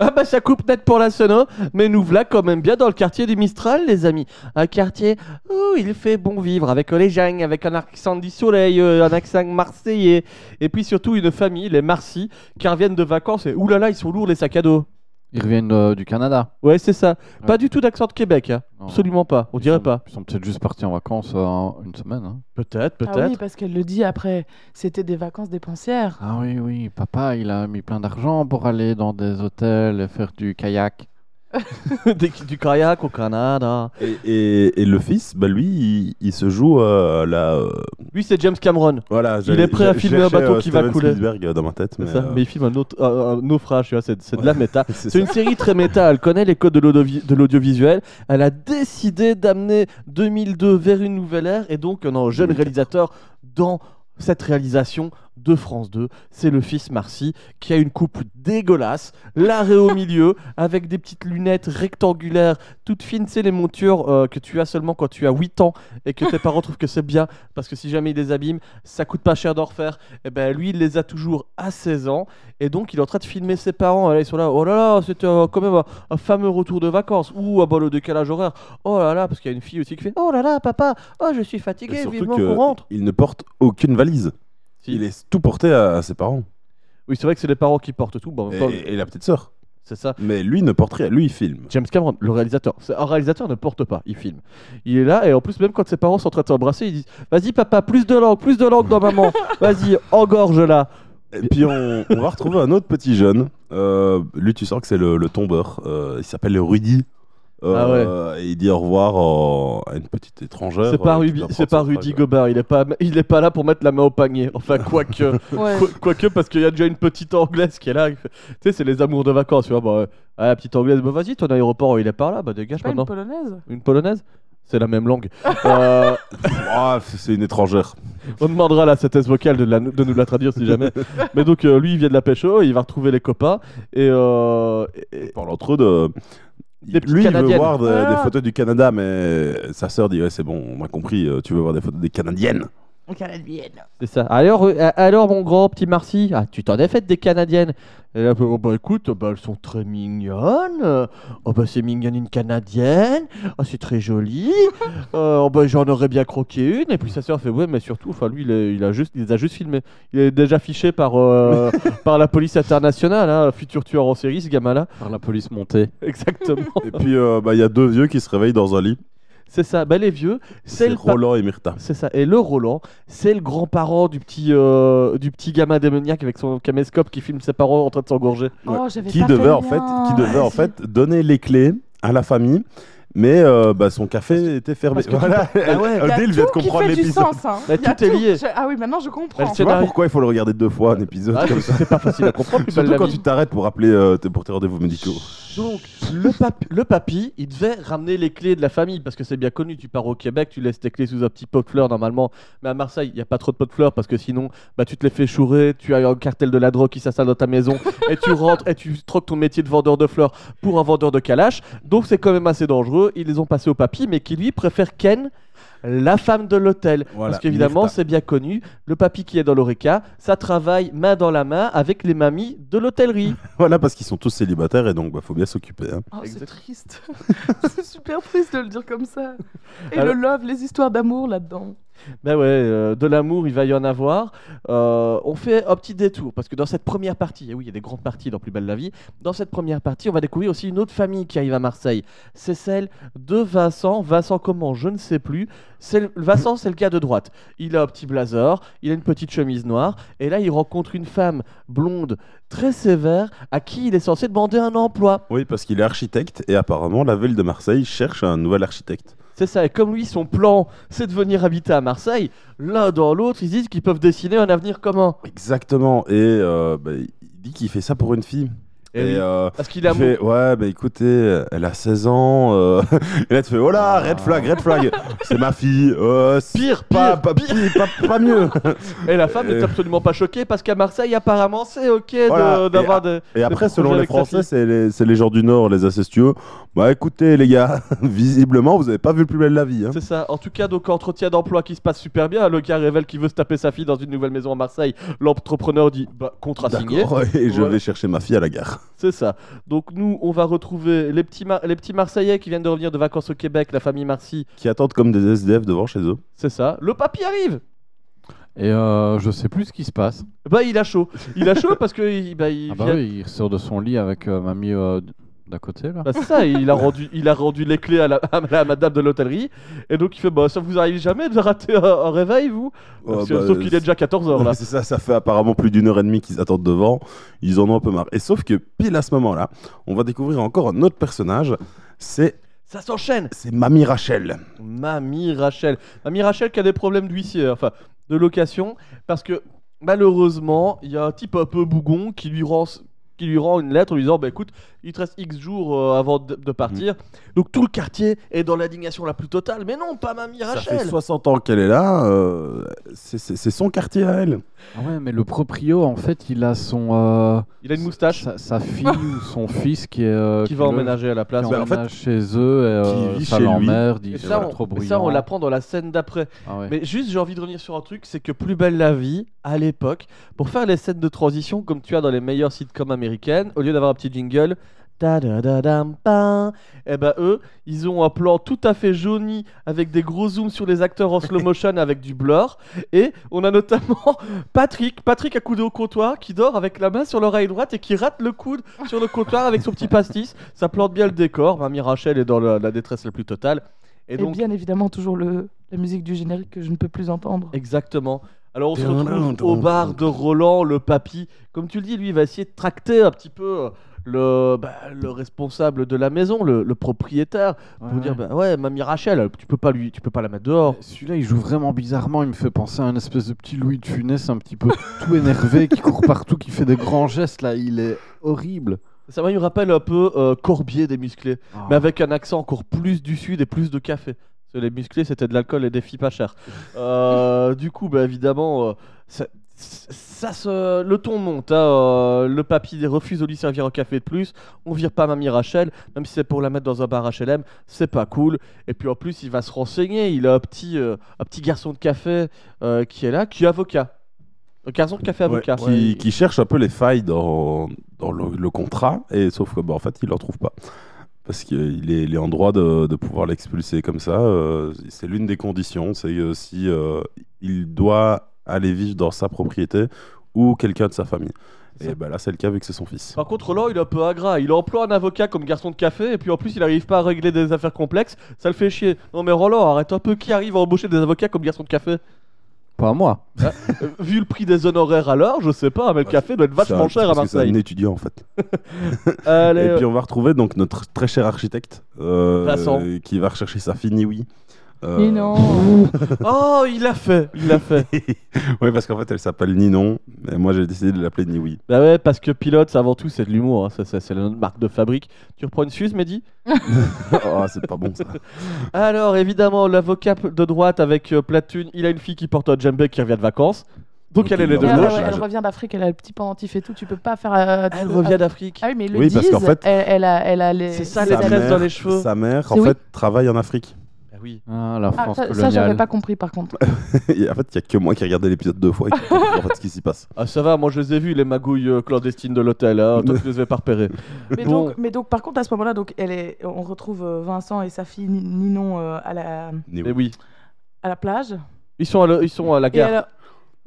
Speaker 3: Ah bah ça coupe net pour la sono, mais nous voilà quand même bien dans le quartier du Mistral, les amis. Un quartier où il fait bon vivre, avec les gens, avec un accent du soleil, euh, un accent marseillais, et puis surtout une famille, les Marcy, qui reviennent de vacances et oulala, ils sont lourds les sacs à dos.
Speaker 4: Ils reviennent euh, du Canada.
Speaker 3: Ouais, c'est ça. Pas
Speaker 4: Ouais.
Speaker 3: du tout d'accent de Québec, hein.
Speaker 4: Non.
Speaker 3: absolument pas, on
Speaker 4: Ils
Speaker 3: dirait
Speaker 4: sont-
Speaker 3: pas.
Speaker 4: Ils sont peut-être juste partis en vacances euh, une semaine. hein.
Speaker 3: Peut-être, peut-être.
Speaker 6: Ah oui, parce qu'elle le dit après, c'était des vacances dépensières.
Speaker 4: Ah oui, oui, papa, il a mis plein d'argent pour aller dans des hôtels et faire du kayak.
Speaker 3: Des- du kayak au Canada.
Speaker 5: Et, et- et le fils, bah lui, il, il se joue euh, la. euh,
Speaker 3: Lui, c'est James Cameron.
Speaker 5: voilà,
Speaker 3: Il est prêt à filmer un bateau qui va couler.
Speaker 5: Spielberg euh, dans ma tête,
Speaker 3: C'est
Speaker 5: mais.
Speaker 3: ça.
Speaker 5: euh,
Speaker 3: Mais il filme un, autre, un- un naufrage, tu vois, c'est c'est de la méta. C'est
Speaker 5: c'est ça.
Speaker 3: une série très méta, elle connaît les codes de l'audio- de l'audiovisuel, elle a décidé d'amener 2002 vers une nouvelle ère, et donc un jeune réalisateur dans cette réalisation de France 2, c'est le fils Marcy, qui a une coupe dégueulasse, l'arrêt au milieu, avec des petites lunettes rectangulaires, toutes fines, c'est les montures euh, que tu as seulement quand tu as 8 ans, et que tes parents trouvent que c'est bien, parce que si jamais ils les abîment, ça coûte pas cher d'en refaire, et ben lui, il les a toujours à 16 ans, et donc, il est en train de filmer ses parents. Et là, ils sont là. Oh là là, c'était euh, quand même un, un fameux retour de vacances. Ou ah bah, le décalage horaire. Oh là là, parce qu'il y a une fille aussi qui fait Oh là là, papa, oh, je suis fatigué, vivement
Speaker 5: que
Speaker 3: qu'on rentre.
Speaker 5: il ne porte aucune valise.
Speaker 3: Si.
Speaker 5: Il est tout porté à, à ses parents
Speaker 3: Oui, c'est vrai que c'est les parents qui portent tout. Bon, en
Speaker 5: et,
Speaker 3: même temps,
Speaker 5: et la petite sœur.
Speaker 3: c'est ça.
Speaker 5: Mais lui ne porte rien, lui il filme.
Speaker 3: James Cameron, le réalisateur. C'est- Un réalisateur ne porte pas, il filme. Il est là, et en plus, même quand ses parents sont en train de s'embrasser, ils disent Vas-y, papa, plus de langue, plus de langue dans maman. Vas-y, engorge là.
Speaker 5: Et puis on, on va retrouver un autre petit jeune. Euh, lui, tu sens que c'est le, le tombeur. Euh, il s'appelle Rudy. Euh, Et il dit au revoir en- à une petite étrangère.
Speaker 3: C'est pas,
Speaker 5: euh, qui
Speaker 3: Rudy,
Speaker 5: vient
Speaker 3: c'est
Speaker 5: prendre
Speaker 3: pas
Speaker 5: son
Speaker 3: Rudy
Speaker 5: frère.
Speaker 3: Gobert, il est pas, il est pas là pour mettre la main au panier. Enfin, quoique.
Speaker 6: Ouais.
Speaker 3: Quoi- Quoique, parce qu'il y a déjà une petite anglaise qui est là. qui fait- Tu sais, c'est les amours de vacances. Tu vois, bah, euh, ah, la petite anglaise, bah vas-y, ton aéroport, il est par là, bah dégage
Speaker 6: Pas une
Speaker 3: maintenant.
Speaker 6: polonaise
Speaker 3: Une polonaise C'est la même langue. Euh,
Speaker 5: Ah, f- c'est une étrangère.
Speaker 3: on demandera à la synthèse vocale de, la- de nous la traduire si jamais. Mais donc, euh, lui, il vient de la pêche, oh, il va retrouver les copains. Et, euh, et- et-
Speaker 5: Ils parlent entre eux de.
Speaker 3: Des petites
Speaker 5: lui, il veut
Speaker 3: Canadiennes.
Speaker 5: voir de-
Speaker 6: Voilà.
Speaker 5: des photos du Canada, mais sa sœur dit Ouais, c'est bon, on a compris, euh, tu veux voir des photos des Canadiennes.
Speaker 3: c'est ça. Alors, euh, alors, mon grand petit Marcy, ah, tu t'en es fait des Canadiennes Et là, bah, oh, bah écoute, bah, elles sont très mignonnes. Oh, bah c'est mignonne une Canadienne. Oh, c'est très joli. Euh, oh, bah, j'en aurais bien croqué une. Et puis sa sœur fait ouais, mais surtout, enfin lui, il, est- il a juste, il les a juste filmé. Il est déjà fiché par euh, par la police internationale, hein, futur tueur en série, ce gamin-là.
Speaker 4: Par la police montée.
Speaker 3: Exactement.
Speaker 5: Et puis, euh, bah, il y a deux vieux qui se réveillent dans un lit.
Speaker 3: c'est ça. Bah les vieux, c'est
Speaker 5: C'est
Speaker 3: le pa-
Speaker 5: Roland et Myrta.
Speaker 3: C'est ça. Et le Roland, c'est le grand-parent du petit euh, du petit gamin démoniaque avec son caméscope qui filme ses parents en train de s'engorger.
Speaker 6: Oh, j'avais
Speaker 5: qui
Speaker 6: pas
Speaker 5: devait
Speaker 6: fait
Speaker 5: en
Speaker 6: le
Speaker 5: fait,
Speaker 6: lien.
Speaker 5: qui devait en
Speaker 6: Vas-y.
Speaker 5: fait donner les clés à la famille, mais euh, bah, son café était fermé.
Speaker 3: parce que tu Bah
Speaker 5: Voilà.
Speaker 3: ouais.
Speaker 5: Odile
Speaker 6: Il y a
Speaker 5: vient de
Speaker 6: Bah, tout qui
Speaker 5: comprendre
Speaker 6: fait du
Speaker 5: l'épisode.
Speaker 6: sens, hein.
Speaker 3: Bah,
Speaker 6: Il y a
Speaker 3: tout est lié.
Speaker 6: Je- Ah oui, maintenant je comprends.
Speaker 3: Elle
Speaker 5: Tu vois
Speaker 3: Scénario.
Speaker 5: pourquoi il faut le regarder deux fois un épisode
Speaker 3: Ah,
Speaker 5: comme
Speaker 3: c'est-
Speaker 5: ça.
Speaker 3: c'est pas facile à comprendre. plus belle
Speaker 5: Surtout
Speaker 3: la
Speaker 5: quand
Speaker 3: vie.
Speaker 5: tu t'arrêtes pour appeler euh, tes- pour tes rendez-vous médicaux.
Speaker 3: Donc, le, papi- le papy, il devait ramener les clés de la famille, parce que c'est bien connu, tu pars au Québec, tu laisses tes clés sous un petit pot de fleurs normalement, mais à Marseille, il n'y a pas trop de pot de fleurs, parce que sinon, bah, tu te les fais chourer, tu as un cartel de la drogue qui s'installe dans ta maison, et tu rentres et tu troques ton métier de vendeur de fleurs pour un vendeur de calache, donc c'est quand même assez dangereux, ils les ont passés au papy, mais qui lui préfère Ken, la femme de l'hôtel.
Speaker 5: Voilà,
Speaker 3: parce qu'évidemment,
Speaker 5: Myrta.
Speaker 3: c'est bien connu, le papy qui est dans l'oreca, ça travaille main dans la main avec les mamies de l'hôtellerie.
Speaker 5: Voilà parce qu'ils sont tous célibataires et donc bah, faut bien s'occuper. hein.
Speaker 6: Oh, c'est
Speaker 3: Exact.
Speaker 6: triste. c'est super triste de le dire comme ça. Et
Speaker 3: Alors-
Speaker 6: le love, les histoires d'amour là-dedans.
Speaker 3: Ben ouais, euh, de l'amour, il va y en avoir. Euh, on fait un petit détour, parce que dans cette première partie, et oui, il y a des grandes parties dans Plus belle la vie, dans cette première partie, on va découvrir aussi une autre famille qui arrive à Marseille. C'est celle de Vincent. Vincent comment, je ne sais plus. C'est le- Vincent, c'est le gars de droite. Il a un petit blazer, il a une petite chemise noire, et là, il rencontre une femme blonde très sévère à qui il est censé demander un emploi.
Speaker 5: Oui, parce qu'il est architecte et apparemment la ville de Marseille cherche un nouvel architecte.
Speaker 3: C'est ça, et comme lui, son plan, c'est de venir habiter à Marseille, l'un dans l'autre, ils disent qu'ils peuvent dessiner un avenir commun.
Speaker 5: Exactement. Et euh, bah, il dit qu'il fait ça pour une fille.
Speaker 3: Eh
Speaker 5: et
Speaker 3: oui,
Speaker 5: euh,
Speaker 3: parce qu'il
Speaker 5: il
Speaker 3: a
Speaker 5: fait ouais, bah écoutez, elle a 16 ans. euh, et là tu fais oh là, red flag, red flag. c'est ma fille. euh,
Speaker 3: Ah.
Speaker 5: c'est
Speaker 3: pire,
Speaker 5: pas,
Speaker 3: pire,
Speaker 5: pas,
Speaker 3: pire.
Speaker 5: pas, pas mieux.
Speaker 3: Et la femme n'est
Speaker 5: Euh.
Speaker 3: absolument pas choquée parce qu'à Marseille, apparemment, c'est ok de-
Speaker 5: Voilà, et ah.
Speaker 3: d'avoir des.
Speaker 5: Et après,
Speaker 3: projet
Speaker 5: selon les
Speaker 3: avec sa
Speaker 5: Français,
Speaker 3: fille.
Speaker 5: c'est les, c'est les gens du Nord, les incestueux. Bah écoutez, les gars, visiblement, vous avez pas vu le plus belle de la vie. hein.
Speaker 3: C'est ça. En tout cas, donc entretien d'emploi qui se passe super bien. Le gars révèle qu'il veut se taper sa fille dans une nouvelle maison à Marseille. L'entrepreneur dit bah, contrat signé.
Speaker 5: D'accord, et je
Speaker 3: Ouais.
Speaker 5: vais chercher ma fille à la gare.
Speaker 3: C'est ça. Donc nous, on va retrouver les petits, Mar- les petits Marseillais qui viennent de revenir de vacances au Québec, la famille Marcy.
Speaker 5: Qui attendent comme des SDF devant chez eux.
Speaker 3: C'est ça. Le papy arrive.
Speaker 4: Et euh, je sais plus ce qui se passe.
Speaker 3: Bah il a chaud. Il a chaud parce que il, bah, il
Speaker 4: Ah bah
Speaker 3: vient-
Speaker 4: oui, il ressort de son lit avec euh, mamie euh, d'à côté là.
Speaker 3: Bah, c'est ça, il a rendu, il a rendu les clés à la, à la madame de l'hôtellerie. Et donc il fait bah ça vous arrive jamais de rater un, un réveil vous Parce que-
Speaker 5: Oh, bah,
Speaker 3: Sauf qu'il est déjà 14h là.
Speaker 5: C'est ça, ça fait apparemment plus d'une heure et demie qu'ils attendent devant. Ils en ont un peu marre. Et sauf que, pile à ce moment-là, on va découvrir encore un autre personnage. C'est
Speaker 3: Ça s'enchaîne.
Speaker 5: c'est Mamie Rachel.
Speaker 3: Mamie Rachel. Mamie Rachel qui a des problèmes d'huissier, enfin de location, parce que malheureusement, il y a un type un peu bougon qui lui rend, qui lui rend une lettre en lui disant bah, écoute, il te reste X jours euh, avant de, de
Speaker 5: Mmh.
Speaker 3: partir. Donc tout le quartier est dans l'indignation la plus totale. Mais non, pas Mamie
Speaker 5: Ça fait
Speaker 3: Rachel
Speaker 5: 60 ans qu'elle est là. euh, c'est- c'est c'est son quartier à elle.
Speaker 4: Ah ouais, mais le proprio en fait, il a son euh,
Speaker 3: Il a une moustache
Speaker 4: sa, sa fille ou son fils qui est euh,
Speaker 3: qui va
Speaker 4: le-
Speaker 3: emménager à la place.
Speaker 4: qui
Speaker 5: Bah, en
Speaker 4: emménage chez eux et euh,
Speaker 5: qui vit
Speaker 4: ça
Speaker 5: chez lui.
Speaker 4: l'emmerde, il
Speaker 3: Et
Speaker 4: est
Speaker 3: ça,
Speaker 4: euh, trop
Speaker 3: on,
Speaker 4: bruyant.
Speaker 3: et ça, on l'apprend dans la scène d'après.
Speaker 4: Ah ouais.
Speaker 3: Mais juste, j'ai envie de revenir sur un truc, c'est que Plus belle la vie, à l'époque, pour faire les scènes de transition comme tu as dans les meilleures sitcoms américaines, au lieu d'avoir un petit jingle, ta da da dam pa, eh ben eux, ils ont un plan tout à fait jauni avec des gros zooms sur les acteurs en slow motion avec du blur. Et on a notamment Patrick, Patrick accoudé au comptoir qui dort avec la main sur l'oreille droite et qui rate le coude sur le comptoir avec son petit pastis. Ça plante bien le décor. Mamie Rachel est dans la, la détresse la plus totale. Et
Speaker 6: Et,
Speaker 3: donc,
Speaker 6: bien évidemment, toujours le, la musique du générique que je ne peux plus entendre.
Speaker 3: Exactement. Alors on se retrouve au bar de Roland, le papy. Comme tu le dis, lui, il va essayer de tracter un petit peu euh, le, bah, le responsable de la maison, le, le propriétaire, pour
Speaker 4: Ouais,
Speaker 3: dire
Speaker 4: ouais.
Speaker 3: bah, ouais, mamie Rachel, tu peux pas lui, tu peux pas la mettre dehors.
Speaker 4: Celui-là, il joue vraiment bizarrement. Il me fait penser à un espèce de petit Louis de Funès, un petit peu tout énervé, qui court partout, qui fait des grands gestes. Là, il est horrible.
Speaker 3: Ça me rappelle un peu euh, Corbier des musclés,
Speaker 4: Ah.
Speaker 3: mais avec un accent encore plus du sud et plus de café. Parce que les musclés, c'était de l'alcool et des filles pas chères. Euh, du coup, bah, évidemment, euh, ça, ça se- le ton monte. hein, euh, le papy refuse de lui servir un café de plus. On vire pas mamie Rachel, même si c'est pour la mettre dans un bar HLM, c'est pas cool. Et puis en plus, il va se renseigner. Il a un petit, euh, un petit garçon de café euh, qui est là, qui est avocat. Un garçon de café avocat.
Speaker 5: Ouais, qui, qui cherche un peu les failles dans, dans le, le contrat, et sauf que bah, en fait, il n'en trouve pas. Parce qu'il est, il est en droit de, de pouvoir l'expulser comme ça. euh, c'est l'une des conditions, c'est que si euh, il doit aller vivre dans sa propriété ou quelqu'un de sa famille.
Speaker 3: C'est ça.
Speaker 5: Et bah, là, c'est le cas vu que c'est son fils.
Speaker 3: Par contre, Roland, il est un peu ingrat. Il emploie un avocat comme garçon de café, et puis en plus, il arrive pas à régler des affaires complexes. Ça le fait chier. Non, mais Roland, arrête un peu. Qui arrive à embaucher des avocats comme garçon de café
Speaker 4: Pas moi.
Speaker 3: Euh, Vu le prix des honoraires à l'heure, je sais pas, mais le café doit être vachement
Speaker 5: C'est un-
Speaker 3: cher à
Speaker 5: parce que C'est
Speaker 3: Marseille.
Speaker 5: un étudiant en fait.
Speaker 3: Allez, euh,
Speaker 5: Et puis on va retrouver donc notre très cher architecte euh,
Speaker 3: Vincent.
Speaker 5: qui va rechercher sa fille Niwi. Euh,
Speaker 6: Mais non
Speaker 3: oh, il l'a fait, il l'a fait.
Speaker 5: Oui, parce qu'en fait elle s'appelle Ninon, et moi j'ai décidé de l'appeler Niwi.
Speaker 3: bah ouais, parce que pilote, c'est avant tout, c'est de l'humour. hein. Ça, ça, C'est notre marque de fabrique. Tu reprends une Suisse, Mehdi
Speaker 5: Ah, c'est pas bon ça.
Speaker 3: Alors, évidemment, l'avocat p- de droite avec euh, Platune, il a une fille qui porte un djembé qui revient de vacances. Donc,
Speaker 5: Donc,
Speaker 3: elle est
Speaker 5: il
Speaker 3: les
Speaker 5: est
Speaker 3: deux
Speaker 5: en
Speaker 6: Ah ouais,
Speaker 5: dommage,
Speaker 3: gauches.
Speaker 5: là,
Speaker 6: Elle
Speaker 5: je-
Speaker 6: revient d'Afrique, elle a le petit pendentif et tout, tu peux pas faire... euh, tu
Speaker 3: Elle
Speaker 6: peux-
Speaker 3: revient d'Afrique.
Speaker 6: Ah oui, mais ils le
Speaker 5: Oui, parce
Speaker 6: disent,
Speaker 5: qu'en fait-
Speaker 6: elle, elle a, elle a les...
Speaker 3: C'est ça,
Speaker 6: les
Speaker 3: Ah, les
Speaker 5: Sa
Speaker 3: tresses
Speaker 5: mère-
Speaker 3: dans les cheveux.
Speaker 5: Sa mère, en
Speaker 6: C'est oui.
Speaker 5: fait, travaille en Afrique.
Speaker 3: Bah oui.
Speaker 4: Ah, la
Speaker 6: Ah,
Speaker 4: France
Speaker 6: ça, ça,
Speaker 4: coloniale.
Speaker 6: j'avais pas compris par contre.
Speaker 5: Et en fait, il y a que moi qui regardais l'épisode deux fois et qui comprends en fait ce qui s'y passe.
Speaker 3: Ah ça va, moi je les ai vus les magouilles euh, clandestines de l'hôtel, hein. toi tu les avais pas repérés.
Speaker 6: Mais,
Speaker 3: Bon.
Speaker 6: donc, mais donc, par contre, à ce moment-là, donc, elle est, on retrouve euh, Vincent et sa fille Ni- Ninon euh, à, la,
Speaker 5: Néo.
Speaker 3: Mais Eh oui,
Speaker 6: à la plage.
Speaker 3: Ils sont à, le- ils sont à la
Speaker 6: Et
Speaker 3: gare.
Speaker 6: alors,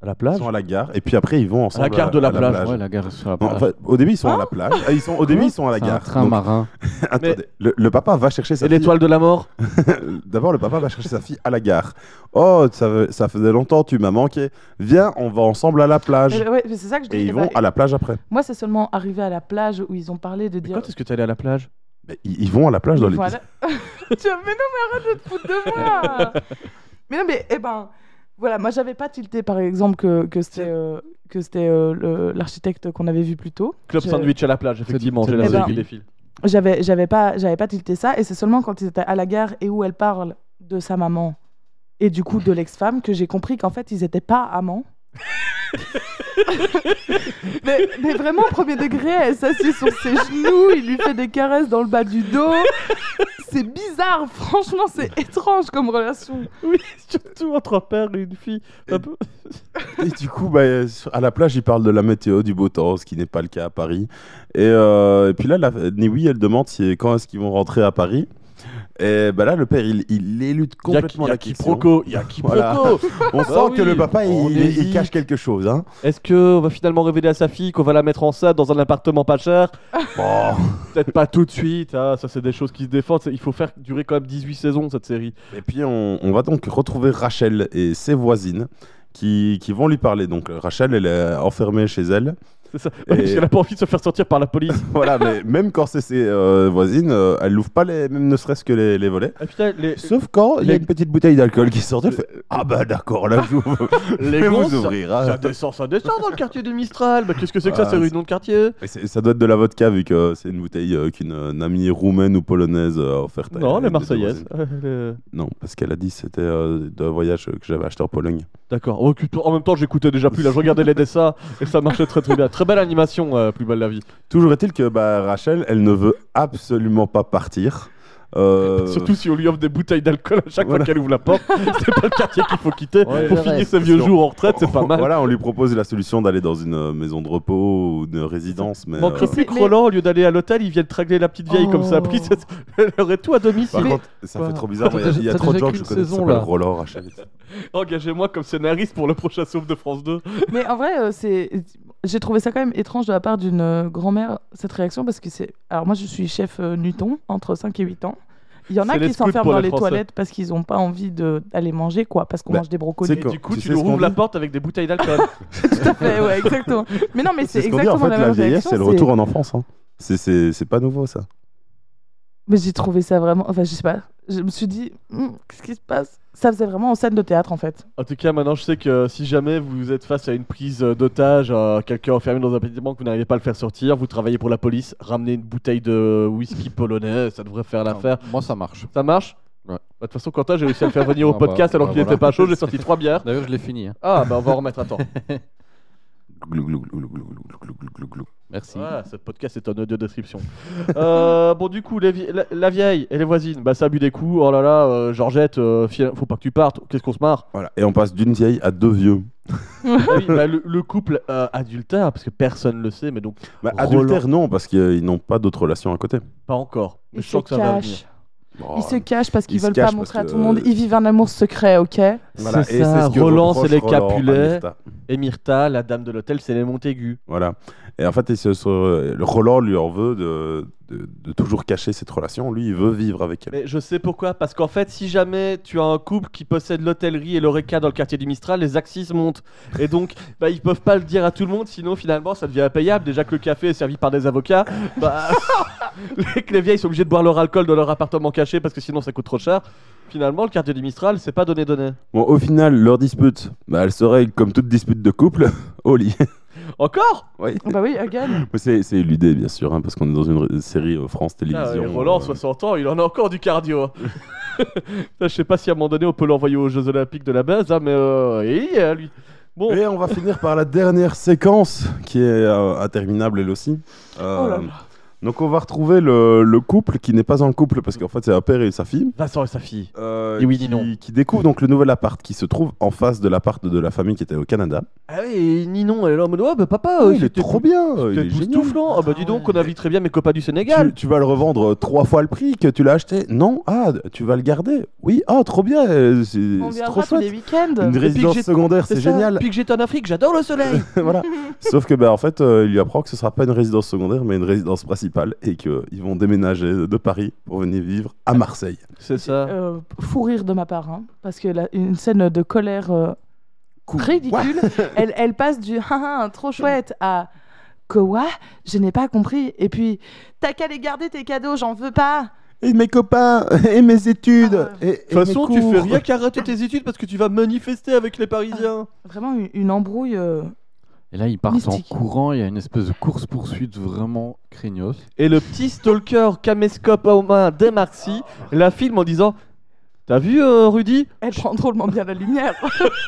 Speaker 3: À la plage
Speaker 5: Ils sont à la gare et puis après ils vont ensemble.
Speaker 3: gare de la plage,
Speaker 4: Ouais, la gare est sur la
Speaker 5: Non,
Speaker 4: plage.
Speaker 5: en fait, au début ils sont à la plage. Ah, ils sont, au début ils sont à la
Speaker 4: C'est un
Speaker 5: gare.
Speaker 4: train
Speaker 5: Donc,
Speaker 4: marin.
Speaker 5: attendez, le, le papa va chercher sa
Speaker 3: Et
Speaker 5: fille.
Speaker 3: l'étoile de la mort
Speaker 5: D'abord le papa va chercher sa fille à la gare. Oh ça, veut- ça faisait longtemps tu m'as manqué. Viens on va ensemble à la plage.
Speaker 6: euh, ouais, mais c'est ça que je dis.
Speaker 5: Et
Speaker 6: eh
Speaker 5: ils vont
Speaker 3: Bah,
Speaker 6: ben,
Speaker 5: à la plage après.
Speaker 6: Moi, c'est seulement arrivé à la plage où ils ont parlé de dire.
Speaker 3: Quand est-ce que t'es allé à la plage
Speaker 5: Mais ils, ils vont à la plage dans les.
Speaker 6: Voilà. Tu vois, mais non, mais arrête de te foutre de moi. mais non, mais eh ben, voilà, moi j'avais pas tilté par exemple que, que c'était euh, que c'était euh, le- l'architecte qu'on avait vu plus tôt.
Speaker 3: Club
Speaker 6: Je-
Speaker 3: sandwich à la plage, effectivement. J'ai la
Speaker 6: Eh ben-
Speaker 3: série qui défile.
Speaker 6: J'avais j'avais pas j'avais pas tilté ça et c'est seulement quand ils étaient à la gare et où elle parle de sa maman et du coup de l'ex-femme que j'ai compris qu'en fait ils étaient pas amants. mais, mais vraiment premier degré, elle s'assied sur ses genoux, il lui fait des caresses dans le bas du dos. C'est bizarre, franchement, c'est étrange comme relation.
Speaker 3: Oui, surtout entre un père et une fille. Un peu-
Speaker 5: Et du coup, bah, euh, sur- à la plage, il parle de la météo, du beau temps, ce qui n'est pas le cas à Paris. Et, euh, et puis là, la, Niwi, elle demande si, quand est-ce qu'ils vont rentrer à Paris. Et bah là, le père, il, il élude
Speaker 3: Il y a-
Speaker 5: complètement
Speaker 3: il y a
Speaker 5: la question.
Speaker 3: quiproquo, il y a quiproquo.
Speaker 5: Voilà. On sent
Speaker 3: oui,
Speaker 5: que le papa,
Speaker 3: on
Speaker 5: il, il
Speaker 3: hésite.
Speaker 5: cache quelque chose. Hein.
Speaker 3: Est-ce qu'on va finalement révéler à sa fille qu'on va la mettre en salle dans un appartement pas cher
Speaker 5: Bon,
Speaker 3: Peut-être pas tout de suite, hein, ça c'est des choses qui se défendent. c'est- Il faut faire durer quand même 18 saisons cette série.
Speaker 5: Et puis, on, on va donc retrouver Rachel et ses voisines qui, qui vont lui parler. Donc, Rachel, elle est enfermée chez elle.
Speaker 3: C'est ça. Ouais,
Speaker 5: Et-
Speaker 3: parce qu'elle a pas envie de se faire sortir par la police.
Speaker 5: voilà, mais même quand c'est ses euh, voisines, euh, elle n'ouvre pas les, même ne serait-ce que les- les volets.
Speaker 3: Ah, putain, les,
Speaker 5: Sauf quand il y a une petite bouteille d'alcool qui sort, elle fait Ah bah d'accord, là je vous, je vais
Speaker 3: les
Speaker 5: vous
Speaker 3: gosses,
Speaker 5: ouvrir. hein.
Speaker 3: ça descend, ça descend dans le quartier de Mistral. Mais qu'est-ce que c'est que ça,
Speaker 5: Ah,
Speaker 3: c'est rue de nom de quartier
Speaker 5: Et c'est- ça doit être de la vodka vu que c'est une bouteille euh, qu'une euh, une amie roumaine ou polonaise euh, a offerte. à
Speaker 3: Non,
Speaker 5: une
Speaker 3: les
Speaker 5: des deux
Speaker 3: Marseillaises.
Speaker 5: voisines.
Speaker 3: Euh, les-
Speaker 5: Non, parce qu'elle a dit que c'était euh, d'un voyage euh, que j'avais acheté en Pologne.
Speaker 3: D'accord. Oh, putain, En même temps, j'écoutais déjà plus. Là, je regardais les dessins et ça marchait très très bien. Très belle animation, euh, plus belle la vie.
Speaker 5: Toujours est-il que bah, Rachel, elle ne veut absolument pas partir. Euh,
Speaker 3: Surtout si on lui offre des bouteilles d'alcool à chaque
Speaker 5: voilà.
Speaker 3: fois qu'elle ouvre la porte. c'est pas le quartier qu'il faut quitter
Speaker 4: Ouais,
Speaker 3: pour
Speaker 4: le
Speaker 3: finir
Speaker 4: reste.
Speaker 3: ses vieux
Speaker 5: Si on-
Speaker 3: jours en retraite. C'est pas mal.
Speaker 5: Oh, Voilà, on lui propose la solution d'aller dans une euh, maison de repos ou une résidence. Mais,
Speaker 3: Manque
Speaker 5: euh,
Speaker 3: plus que
Speaker 6: Mais-
Speaker 3: Roland, au lieu d'aller à l'hôtel, ils viennent tragler la petite vieille comme ça.
Speaker 6: Oh.
Speaker 3: Puis, elle aurait tout à domicile.
Speaker 5: par contre, ça
Speaker 3: Quoi
Speaker 5: fait trop bizarre.
Speaker 4: T'as
Speaker 5: Il y a, il y a
Speaker 4: déjà-
Speaker 5: trop de
Speaker 4: t'as
Speaker 5: gens
Speaker 4: déjà
Speaker 5: que je
Speaker 4: qu'une
Speaker 5: connais qui
Speaker 4: saison,
Speaker 5: s'appellent
Speaker 4: là.
Speaker 5: Roland, Rachel.
Speaker 3: Engagez-moi comme scénariste pour le prochain Sauf de France 2.
Speaker 6: Mais en vrai, euh, c'est j'ai trouvé ça quand même étrange de la part d'une euh, grand-mère cette réaction parce que c'est alors moi je suis chef euh, Nuton entre 5 et 8 ans. Il y en a
Speaker 3: C'est les
Speaker 6: qui
Speaker 3: scouts
Speaker 6: s'enferment
Speaker 3: pour
Speaker 6: dans
Speaker 3: les
Speaker 6: les
Speaker 3: Français.
Speaker 6: toilettes parce qu'ils n'ont pas envie de- d'aller manger quoi parce qu'on
Speaker 5: Bah,
Speaker 6: mange des
Speaker 5: c'est
Speaker 6: brocolis.
Speaker 3: Et
Speaker 5: quand-
Speaker 3: du coup,
Speaker 5: tu
Speaker 3: tu,
Speaker 5: sais
Speaker 3: nous
Speaker 5: ce qu'on
Speaker 3: ouvres la
Speaker 5: dit
Speaker 3: porte avec des bouteilles d'alcool.
Speaker 6: Tout à fait, ouais, exactement. Mais non, mais
Speaker 5: C'est
Speaker 6: c'est
Speaker 5: ce qu'on dit en
Speaker 6: exactement
Speaker 5: fait,
Speaker 6: la
Speaker 5: la,
Speaker 6: même
Speaker 5: vieillesse,
Speaker 6: réaction.
Speaker 5: c'est le
Speaker 6: c'est-
Speaker 5: retour en enfance. hein. C'est- C'est c'est pas nouveau ça.
Speaker 6: Mais j'ai trouvé ça vraiment. Enfin, je sais pas. Je me suis dit, Hmm, qu'est-ce qui se passe Ça faisait vraiment en scène de théâtre en fait.
Speaker 3: En tout cas, maintenant, je sais que si jamais vous êtes face à une prise euh, d'otage, euh, quelqu'un enfermé dans un appartement que vous n'arrivez pas à le faire sortir, vous travaillez pour la police, ramenez une bouteille de whisky polonais, ça devrait faire l'affaire.
Speaker 4: Moi, ça marche.
Speaker 3: Ça marche
Speaker 4: Ouais.
Speaker 3: Bah, De toute façon, Quentin, j'ai réussi à le faire venir au
Speaker 4: Ah bah,
Speaker 3: podcast alors
Speaker 4: bah
Speaker 3: qu'il n'était
Speaker 4: voilà.
Speaker 3: pas chaud, j'ai sorti trois bières.
Speaker 4: D'ailleurs, je l'ai fini. hein.
Speaker 3: Ah, bah on va en remettre, attends.
Speaker 5: Glou, glou, glou, glou, glou, glou, glou, glou, glou, glou.
Speaker 4: Merci.
Speaker 3: Voilà, ce podcast est en audio description. Euh, bon, du coup, les vie- la, la vieille et les voisines, bah ça a bu des coups. Oh là là, euh, Georgette, euh, fille- faut pas que tu partes. Qu'est-ce qu'on se marre
Speaker 5: Voilà. Et on passe d'une vieille à deux vieux.
Speaker 3: Ah oui, bah, le, le couple euh, adultère, parce que personne le sait, mais donc
Speaker 5: Bah,
Speaker 3: Roland.
Speaker 5: adultère, non, parce qu'ils n'ont pas d'autres relations à côté.
Speaker 3: pas encore. Mais
Speaker 6: Ils
Speaker 3: je
Speaker 6: se
Speaker 3: sens que ça va venir.
Speaker 6: cachent. Ils se cachent parce
Speaker 5: Ils
Speaker 6: qu'ils
Speaker 5: se
Speaker 6: veulent
Speaker 5: cachent
Speaker 6: pas
Speaker 5: parce
Speaker 6: montrer à
Speaker 5: que-
Speaker 6: tout le monde. Ils vivent un amour secret, ok
Speaker 5: Voilà,
Speaker 3: C'est
Speaker 5: et
Speaker 3: ça,
Speaker 5: ce que
Speaker 3: Roland, c'est
Speaker 5: reproche
Speaker 3: les
Speaker 5: Roland à
Speaker 3: Capulet.
Speaker 5: Mirtha.
Speaker 3: Et Myrtha, la dame de l'hôtel, c'est les Montaigu.
Speaker 5: Voilà. Et en fait, ils se sont- euh, le Roland lui en veut de, de- de toujours cacher cette relation. Lui, il veut vivre avec elle.
Speaker 3: Mais je sais pourquoi, parce qu'en fait, si jamais tu as un couple qui possède l'hôtellerie et l'oreca dans le quartier du Mistral, les axes montent. Et donc, bah, ils peuvent pas le dire à tout le monde, sinon finalement ça devient impayable. Déjà que le café est servi par des avocats, bah, les, que les vieilles sont obligées de boire leur alcool dans leur appartement caché parce que sinon ça coûte trop cher. Finalement, le quartier du Mistral, c'est pas donné-donné.
Speaker 5: Bon, au final, leur dispute, bah, elle se règle comme toute dispute de couple au lit.
Speaker 3: Encore
Speaker 5: Oui.
Speaker 6: Bah oui, again.
Speaker 5: C'est c'est l'idée, bien sûr, hein, parce qu'on est dans une r- série euh, France
Speaker 6: Ah
Speaker 3: Putain,
Speaker 5: Télévisions.
Speaker 3: et Roland,
Speaker 5: euh,
Speaker 3: 60 ans, il en a encore du cardio. hein. Putain, Je sais pas si à un moment donné on peut l'envoyer aux Jeux Olympiques de la base, hein, mais euh, et, euh, lui. Bon,
Speaker 5: Et on va finir par la dernière séquence qui est euh, interminable elle aussi. Euh,
Speaker 6: Oh là là.
Speaker 5: Donc on va retrouver le, le couple qui n'est pas en couple parce qu'en fait c'est un père et sa fille.
Speaker 3: Vincent et sa fille.
Speaker 5: euh,
Speaker 3: Ni oui,
Speaker 5: qui,
Speaker 3: ni non.
Speaker 5: qui découvre donc le nouvel appart qui se trouve en face de l'appart de la famille qui était au Canada.
Speaker 3: Ah oui, Ninon, elle est là en mode Ouais, bah papa,
Speaker 5: Ah,
Speaker 3: euh,
Speaker 5: il est
Speaker 3: c'était
Speaker 5: trop
Speaker 3: pou-
Speaker 5: bien, il
Speaker 3: C'était
Speaker 5: est génial.
Speaker 3: boussouflant. Ah bah dis donc, on inviterait bien mes copains du Sénégal.
Speaker 5: Tu, tu vas le revendre euh, trois fois le prix que tu l'as acheté Non Ah, tu vas le garder Oui, ah, trop bien, euh, c'est
Speaker 6: On
Speaker 5: c'est
Speaker 6: viendra
Speaker 5: trop
Speaker 6: tous les
Speaker 5: chouette.
Speaker 6: week-ends.
Speaker 5: Une résidence
Speaker 3: j'ai-
Speaker 5: secondaire, c'est
Speaker 3: ça,
Speaker 5: génial.
Speaker 3: Depuis que j'étais en Afrique, j'adore le soleil.
Speaker 5: voilà. Sauf que, bah, en fait, euh, il lui apprend que ce sera pas une résidence secondaire, mais une résidence principale, et qu'ils vont déménager de Paris pour venir vivre
Speaker 3: Ah.
Speaker 5: à Marseille.
Speaker 3: C'est ça.
Speaker 6: Euh, fou rire de ma part, hein, parce que là, une scène de colère euh, ridicule. elle, elle passe du ah, ah, trop chouette à quoi Je n'ai pas compris. Et puis t'as qu'à les garder tes cadeaux, j'en veux pas.
Speaker 5: Et mes copains, et mes études.
Speaker 6: Ah
Speaker 5: et- et
Speaker 3: De toute façon,
Speaker 5: mes
Speaker 3: tu fais
Speaker 5: cours.
Speaker 3: rien qu'arrêter tes études parce que tu vas manifester avec les Parisiens.
Speaker 6: Vraiment une, une embrouille. euh,
Speaker 4: Et là, ils partent
Speaker 6: Mystique.
Speaker 4: en courant. Il y a une espèce de course-poursuite vraiment craignos.
Speaker 3: Et le petit stalker caméscope à main des Marcy la filme en disant T'as vu euh, Rudy
Speaker 6: Elle prend drôlement bien la lumière.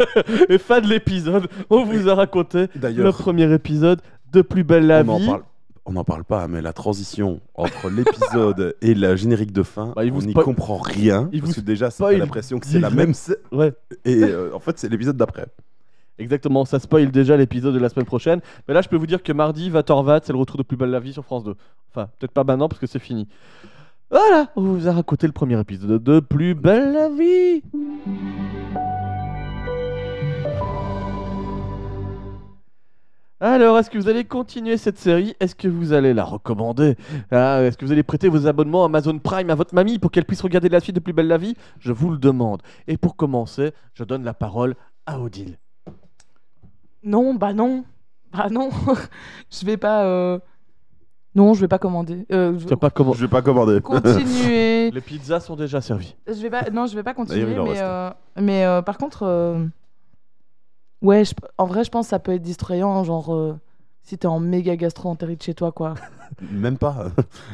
Speaker 3: Et fin de l'épisode, on vous a raconté le
Speaker 5: D'ailleurs,
Speaker 3: premier épisode de Plus Belle la
Speaker 5: on en
Speaker 3: Vie.
Speaker 5: parle. On n'en parle pas, mais la transition entre l'épisode et la générique de fin,
Speaker 3: Bah, il vous
Speaker 5: on n'y
Speaker 3: spoil-
Speaker 5: comprend rien.
Speaker 3: il
Speaker 5: parce
Speaker 3: vous
Speaker 5: que déjà, c'est
Speaker 3: spoil
Speaker 5: t'as l'impression que c'est la
Speaker 3: direct.
Speaker 5: même. scè-
Speaker 3: Ouais,
Speaker 5: Et euh, en fait, c'est l'épisode d'après.
Speaker 3: exactement, ça spoil déjà l'épisode de la semaine prochaine. Mais là, je peux vous dire que mardi, 20h20, c'est le retour de Plus Belle la Vie sur France 2. Enfin, peut-être pas maintenant parce que c'est fini. Voilà, on vous a raconté le premier épisode de Plus Belle la Vie. Alors, est-ce que vous allez continuer cette série Est-ce que vous allez la recommander Ah, Est-ce que vous allez prêter vos abonnements Amazon Prime à votre mamie pour qu'elle puisse regarder la suite de Plus Belle la Vie Je vous le demande. Et pour commencer, je donne la parole à Odile.
Speaker 6: non, bah non, bah non. je vais pas. euh, Non, je vais pas commander. Euh, je-
Speaker 3: Tu pas comment
Speaker 5: Je vais pas commander.
Speaker 6: Continuer.
Speaker 3: Les pizzas sont déjà servies.
Speaker 6: Je vais pas, non, je vais pas continuer,
Speaker 5: D'ailleurs, il en
Speaker 6: mais,
Speaker 5: reste.
Speaker 6: euh, mais euh, par contre, euh, ouais, je- en vrai, je pense que ça peut être distrayant, genre euh, si t'es en méga gastro-entérite chez toi, quoi.
Speaker 5: Même pas.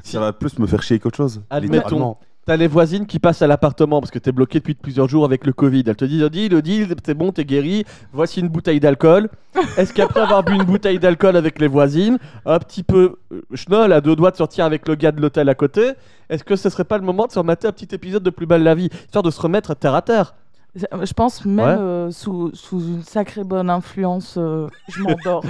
Speaker 5: Ça va plus me faire chier qu'autre chose.
Speaker 3: Admettons.
Speaker 5: littéralement.
Speaker 3: T'as les voisines qui passent à l'appartement parce que t'es bloqué depuis plusieurs jours avec le Covid. Elles te disent Odile, Odile, t'es bon, t'es guéri, voici une bouteille d'alcool. Est-ce qu'après avoir bu une bouteille d'alcool avec les voisines, un petit peu euh, schnoll à deux doigts de sortir avec le gars de l'hôtel à côté, est-ce que ce serait pas le moment de se remater un petit épisode de Plus Belle la Vie, histoire de se remettre terre à terre
Speaker 6: Je pense même
Speaker 3: Ouais.
Speaker 6: euh, sous, sous une sacrée bonne influence, euh, je m'endors.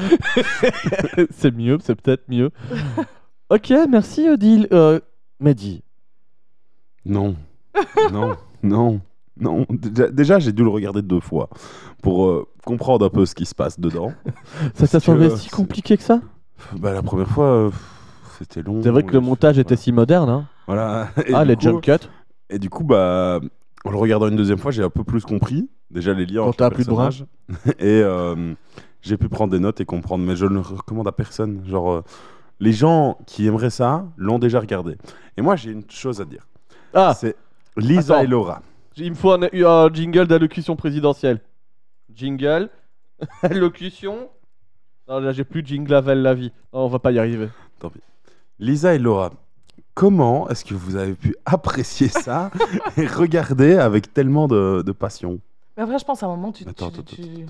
Speaker 3: C'est mieux, c'est peut-être mieux. ok, merci Odile. Euh, Mehdi.
Speaker 5: Non. non. Non. Non. Déjà, déjà, j'ai dû le regarder deux fois pour euh, comprendre un peu ce qui se passe dedans.
Speaker 3: Ça t'a
Speaker 5: Parce que,
Speaker 3: semblé
Speaker 5: euh,
Speaker 3: si compliqué que ça
Speaker 5: Bah, la première fois, euh, pff, c'était long.
Speaker 3: C'est vrai que le montage était si moderne. Hein.
Speaker 5: Voilà. Et
Speaker 3: Ah,
Speaker 5: du
Speaker 3: les
Speaker 5: coup-
Speaker 3: jump cuts.
Speaker 5: Et du coup, bah, en le regardant une deuxième fois, j'ai un peu plus compris. Déjà les liens
Speaker 3: Quand
Speaker 5: entre
Speaker 3: t'as
Speaker 5: les
Speaker 3: plus de bras.
Speaker 5: personnages. Et euh, j'ai pu prendre des notes et comprendre, mais je ne le recommande à personne. Genre, euh, les gens qui aimeraient ça l'ont déjà regardé. Et moi, j'ai une chose à dire.
Speaker 3: Ah,
Speaker 5: C'est Lisa
Speaker 3: Attends.
Speaker 5: et Laura.
Speaker 3: il me faut un, euh, un jingle d'allocution présidentielle. Jingle, allocution. Non, là, j'ai plus de jingle avec la vie. Non, on va pas y arriver.
Speaker 5: Lisa et Laura, comment est-ce que vous avez pu apprécier ça et regarder avec tellement de, de passion
Speaker 6: mais après, je pense à un moment, tu. tu-
Speaker 5: Attends, attends,
Speaker 6: tu-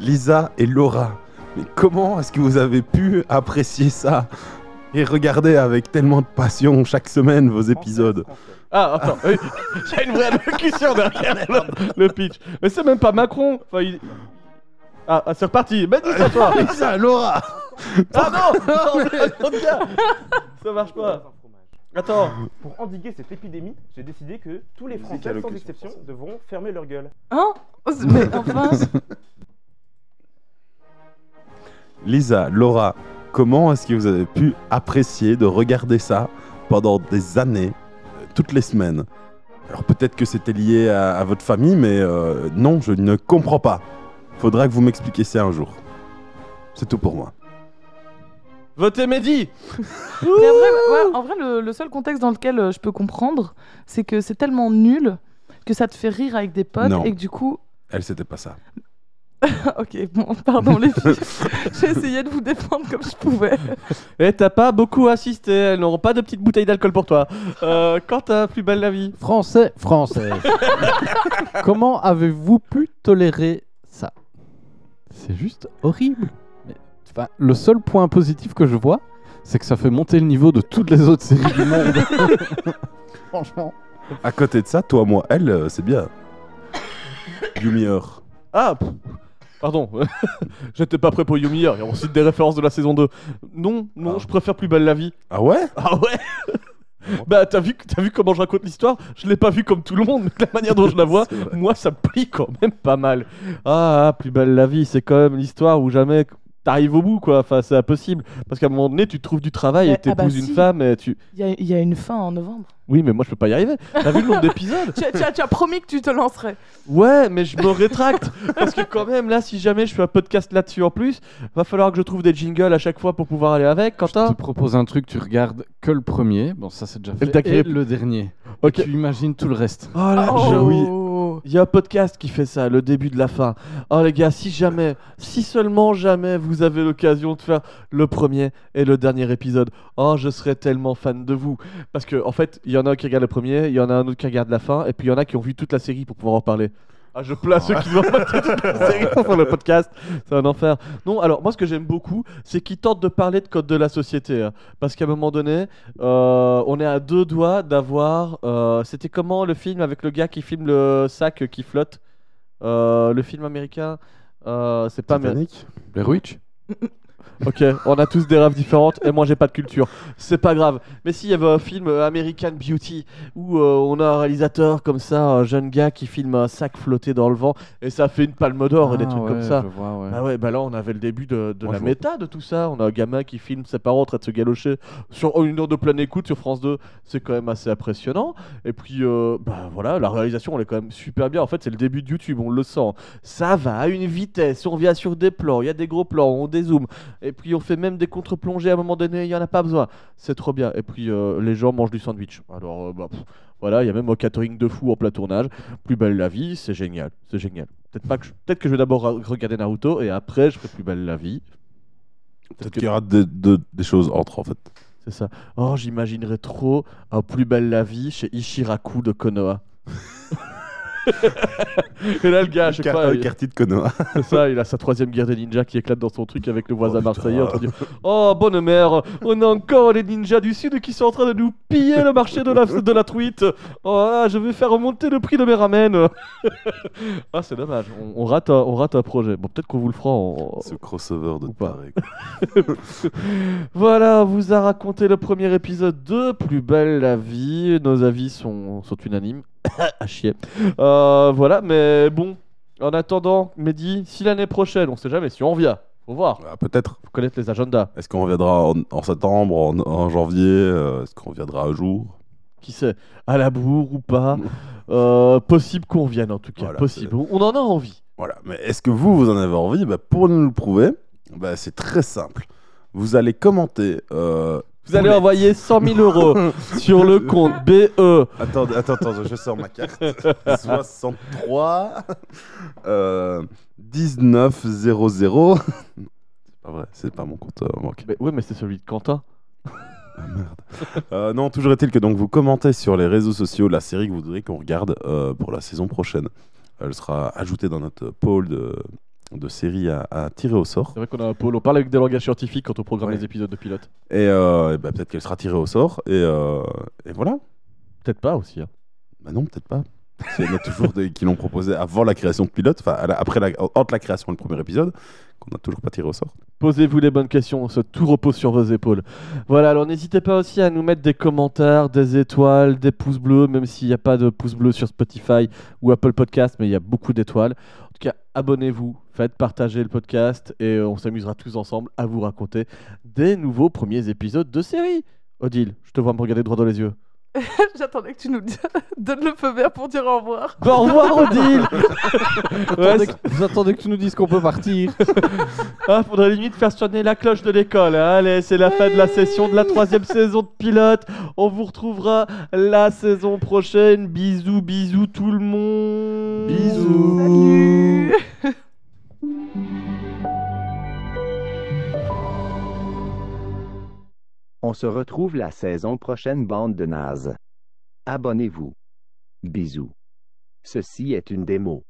Speaker 5: Lisa et Laura, mais comment est-ce que vous avez pu apprécier ça et regarder avec tellement de passion chaque semaine vos épisodes
Speaker 3: Ah, attends, oui. j'ai une vraie allocution derrière le, le pitch. Mais c'est même pas Macron. Enfin, il- Ah, ah, c'est reparti. Mehdi, c'est à toi.
Speaker 5: Lisa, Laura
Speaker 3: Ah non, non, non, gars. Ça marche pas. Attends.
Speaker 7: Pour endiguer cette épidémie, j'ai décidé que tous les
Speaker 5: Musique
Speaker 7: Français, sans
Speaker 5: allocution
Speaker 7: exception,
Speaker 5: française.
Speaker 7: devront fermer leur gueule.
Speaker 6: Hein Mais enfin,
Speaker 5: Lisa, Laura, comment est-ce que vous avez pu apprécier de regarder ça pendant des années, euh, toutes les semaines Alors peut-être que c'était lié à, à votre famille, mais euh, non, je ne comprends pas. Faudra que vous m'expliquiez ça un jour. C'est tout pour moi.
Speaker 3: Votez Mehdi.
Speaker 6: Mais en vrai, ouais, en vrai, le, le seul contexte dans lequel euh, je peux comprendre, c'est que c'est tellement nul que ça te fait rire avec des potes
Speaker 5: Non.
Speaker 6: et que du coup,
Speaker 5: Elle, c'était pas ça.
Speaker 6: Ok, bon, pardon les filles. J'ai essayé de vous défendre comme je pouvais.
Speaker 3: Et t'as pas beaucoup assisté, elles n'auront pas de petites bouteilles d'alcool pour toi. Euh, quand t'as plus belle la vie
Speaker 4: Français, français. Comment avez-vous pu tolérer ça C'est juste horrible. Mais, enfin, le seul point positif que je vois, c'est que ça fait monter le niveau de toutes les autres séries du monde. Franchement.
Speaker 5: À côté de ça, toi, moi, elle, euh, c'est bien. Yumi Heure.
Speaker 3: Ah pff, Pardon, j'étais pas prêt pour Yumi hier, et on cite des références de la saison 2. Non, non,
Speaker 5: Ah.
Speaker 3: je préfère plus belle la vie.
Speaker 5: Ah ouais
Speaker 3: Ah ouais Bah t'as vu, t'as vu comment je raconte l'histoire Je l'ai pas vu comme tout le monde, mais de la manière dont je la vois,
Speaker 5: C'est vrai.
Speaker 3: moi ça me plie quand même pas mal. Ah, ah, plus belle la vie, c'est quand même l'histoire où jamais t'arrives au bout quoi, enfin c'est impossible. Parce qu'à un moment donné tu trouves du travail
Speaker 6: Ouais,
Speaker 3: et t'épouses
Speaker 6: ah bah
Speaker 3: une
Speaker 6: si.
Speaker 3: femme et tu...
Speaker 6: Il y, a- il y a une fin en novembre.
Speaker 3: Oui mais moi je peux pas y arriver. T'as vu le nombre d'épisodes
Speaker 6: tu, as, tu as- tu as promis que tu te lancerais.
Speaker 3: Ouais, mais je me rétracte parce que quand même là, si jamais je fais un podcast là-dessus en plus, va falloir que je trouve des jingles à chaque fois pour pouvoir aller avec.
Speaker 4: Je
Speaker 3: Quentin,
Speaker 4: te propose un truc, tu regardes que le premier, bon ça c'est déjà fait,
Speaker 3: le dernier.
Speaker 4: et le dernier.
Speaker 3: ok.
Speaker 4: Tu imagines tout le reste.
Speaker 3: Oh là, je- oui. Il y a un podcast qui fait ça, le début de la fin. Oh les gars, si jamais, si seulement jamais vous avez l'occasion de faire le premier et le dernier épisode, oh je serais tellement fan de vous. Parce que en fait, il y en a un qui regarde le premier, il y en a un autre qui regarde la fin, et puis il y en a qui ont vu toute la série pour pouvoir en parler. Ah, je plains ceux qui ont pas toute la série pour faire le podcast, c'est un enfer. Non, alors moi ce que j'aime beaucoup, c'est qu'ils tentent de parler de code de la société. hein. Parce qu'à un moment donné, euh, on est à deux doigts d'avoir. euh, C'était comment le film avec le gars qui filme le sac euh, qui flotte Euh, Le film américain euh, C'est pas américain.
Speaker 5: Titanic
Speaker 4: Le Witch
Speaker 3: Ok, on a tous des rêves différentes et moi j'ai pas de culture. C'est pas grave. Mais s'il y avait un film euh, American Beauty où euh, on a un réalisateur comme ça, un jeune gars qui filme un sac flotter dans le vent et ça fait une palme d'or
Speaker 4: Ah
Speaker 3: et des trucs comme ça. Ah ouais, bah là on avait le début de, de
Speaker 5: Moi,
Speaker 3: la
Speaker 5: je
Speaker 3: méta de tout ça. On a un gamin qui filme ses parents en train de se galocher sur une heure de pleine écoute sur France 2. C'est quand même assez impressionnant. Et puis, euh, bah voilà, la réalisation, elle est quand même super bien. En fait, c'est le début de YouTube, on le sent. Ça va à une vitesse. On vient sur des plans, il y a des gros plans, on dézoome. Et puis, on fait même des contre-plongées à un moment donné, il y en a pas besoin. C'est trop bien. Et puis, euh, les gens mangent du sandwich. Alors, euh, bah, pff, voilà, il y a même un catering de fou en plein tournage. Plus belle la vie, c'est génial. C'est génial. Peut-être pas que je... peut-être que je vais d'abord ra- regarder Naruto et après je ferai plus belle la vie.
Speaker 5: Peut-être qu'il y aura des, de- des choses entre en fait.
Speaker 3: C'est ça. Oh, j'imaginerais trop un plus belle la vie chez Ishiraku de Konoha. et là le gars, Ah, je sais
Speaker 5: Car-
Speaker 3: pas,
Speaker 5: euh,
Speaker 3: il,
Speaker 5: quartier de Konoha.
Speaker 3: c'est ça, il a sa troisième guerre des ninjas qui éclate dans son truc avec le voisin
Speaker 5: Oh, putain.
Speaker 3: marseillais. en train de dire, oh bonne mère, on a encore les ninjas du sud qui sont en train de nous piller le marché de la, de la truite. Oh, ah, je vais faire remonter le prix de mes ramen. ah c'est dommage, on, on rate un, on rate un projet. Bon peut-être qu'on vous le fera. en-
Speaker 5: Ce crossover de
Speaker 3: Oh. Ou pas.
Speaker 5: taré.
Speaker 3: Voilà, on vous a raconté le premier épisode de Plus belle la vie. Nos avis sont, sont unanimes. à chier. Euh, voilà, mais bon, en attendant, Mehdi, si l'année prochaine, on sait jamais si on revient, faut voir,
Speaker 5: Ah, Peut-être.
Speaker 3: faut connaître les agendas,
Speaker 5: Est-ce qu'on reviendra en, en septembre, en, en janvier euh, Est-ce qu'on reviendra un jour
Speaker 3: qui sait, à la bourre ou pas. Euh, possible qu'on revienne en tout cas,
Speaker 5: Voilà,
Speaker 3: possible. On en a envie.
Speaker 5: Voilà. Mais est-ce que vous, vous en avez envie Bah, Pour nous le prouver, bah, c'est très simple. Vous allez commenter. euh,
Speaker 3: Vous allez envoyer 100 000 euros sur le compte E. BE.
Speaker 5: Attends, attends, attends, je sors ma carte. 63 euh, 19 00. C'est pas vrai, c'est pas mon compte euh, bancaire.
Speaker 3: Mais, ouais, mais c'est celui de Quentin.
Speaker 5: Ah, merde. Euh, non, toujours est-il que donc vous commentez sur les réseaux sociaux la série que vous voudrez qu'on regarde euh, pour la saison prochaine. Elle sera ajoutée dans notre pôle de, de séries à, à tirer au sort.
Speaker 3: C'est vrai qu'on a un pôle, on parle avec des langages scientifiques quand on programme
Speaker 5: Ouais.
Speaker 3: les épisodes de pilote.
Speaker 5: Et, euh, et bah, peut-être qu'elle sera tirée au sort. Et, euh, et voilà.
Speaker 3: Peut-être pas aussi. hein.
Speaker 5: Bah non, peut-être pas. Parce qu'il y en a toujours des, qui l'ont proposé avant la création de pilote, enfin à la- après la, entre la création et le premier épisode, qu'on n'a toujours pas tiré au sort.
Speaker 3: Posez-vous les bonnes questions, ce tout repose sur vos épaules. Voilà, alors n'hésitez pas aussi à nous mettre des commentaires, des étoiles, des pouces bleus, même s'il n'y a pas de pouces bleus sur Spotify ou Apple Podcast, mais il y a beaucoup d'étoiles. En tout cas, abonnez-vous, faites partager le podcast et euh, on s'amusera tous ensemble à vous raconter des nouveaux premiers épisodes de série. Odile, je te vois me regarder droit dans les yeux.
Speaker 6: J'attendais que tu nous dises- donnes le feu vert pour dire au revoir.
Speaker 3: Bah, au revoir, Odile Ouais,
Speaker 4: J'attendais que- J'attendais que tu nous dises qu'on peut partir.
Speaker 3: Ah, faudrait limite faire sonner la cloche de l'école. hein. Allez, c'est la fin de la session de la troisième saison de pilote. On vous retrouvera la saison prochaine. Bisous, bisous tout le monde.
Speaker 5: Bisous.
Speaker 6: Salut
Speaker 2: On se retrouve la saison prochaine, bande de nazes. Abonnez-vous. Bisous. Ceci est une démo.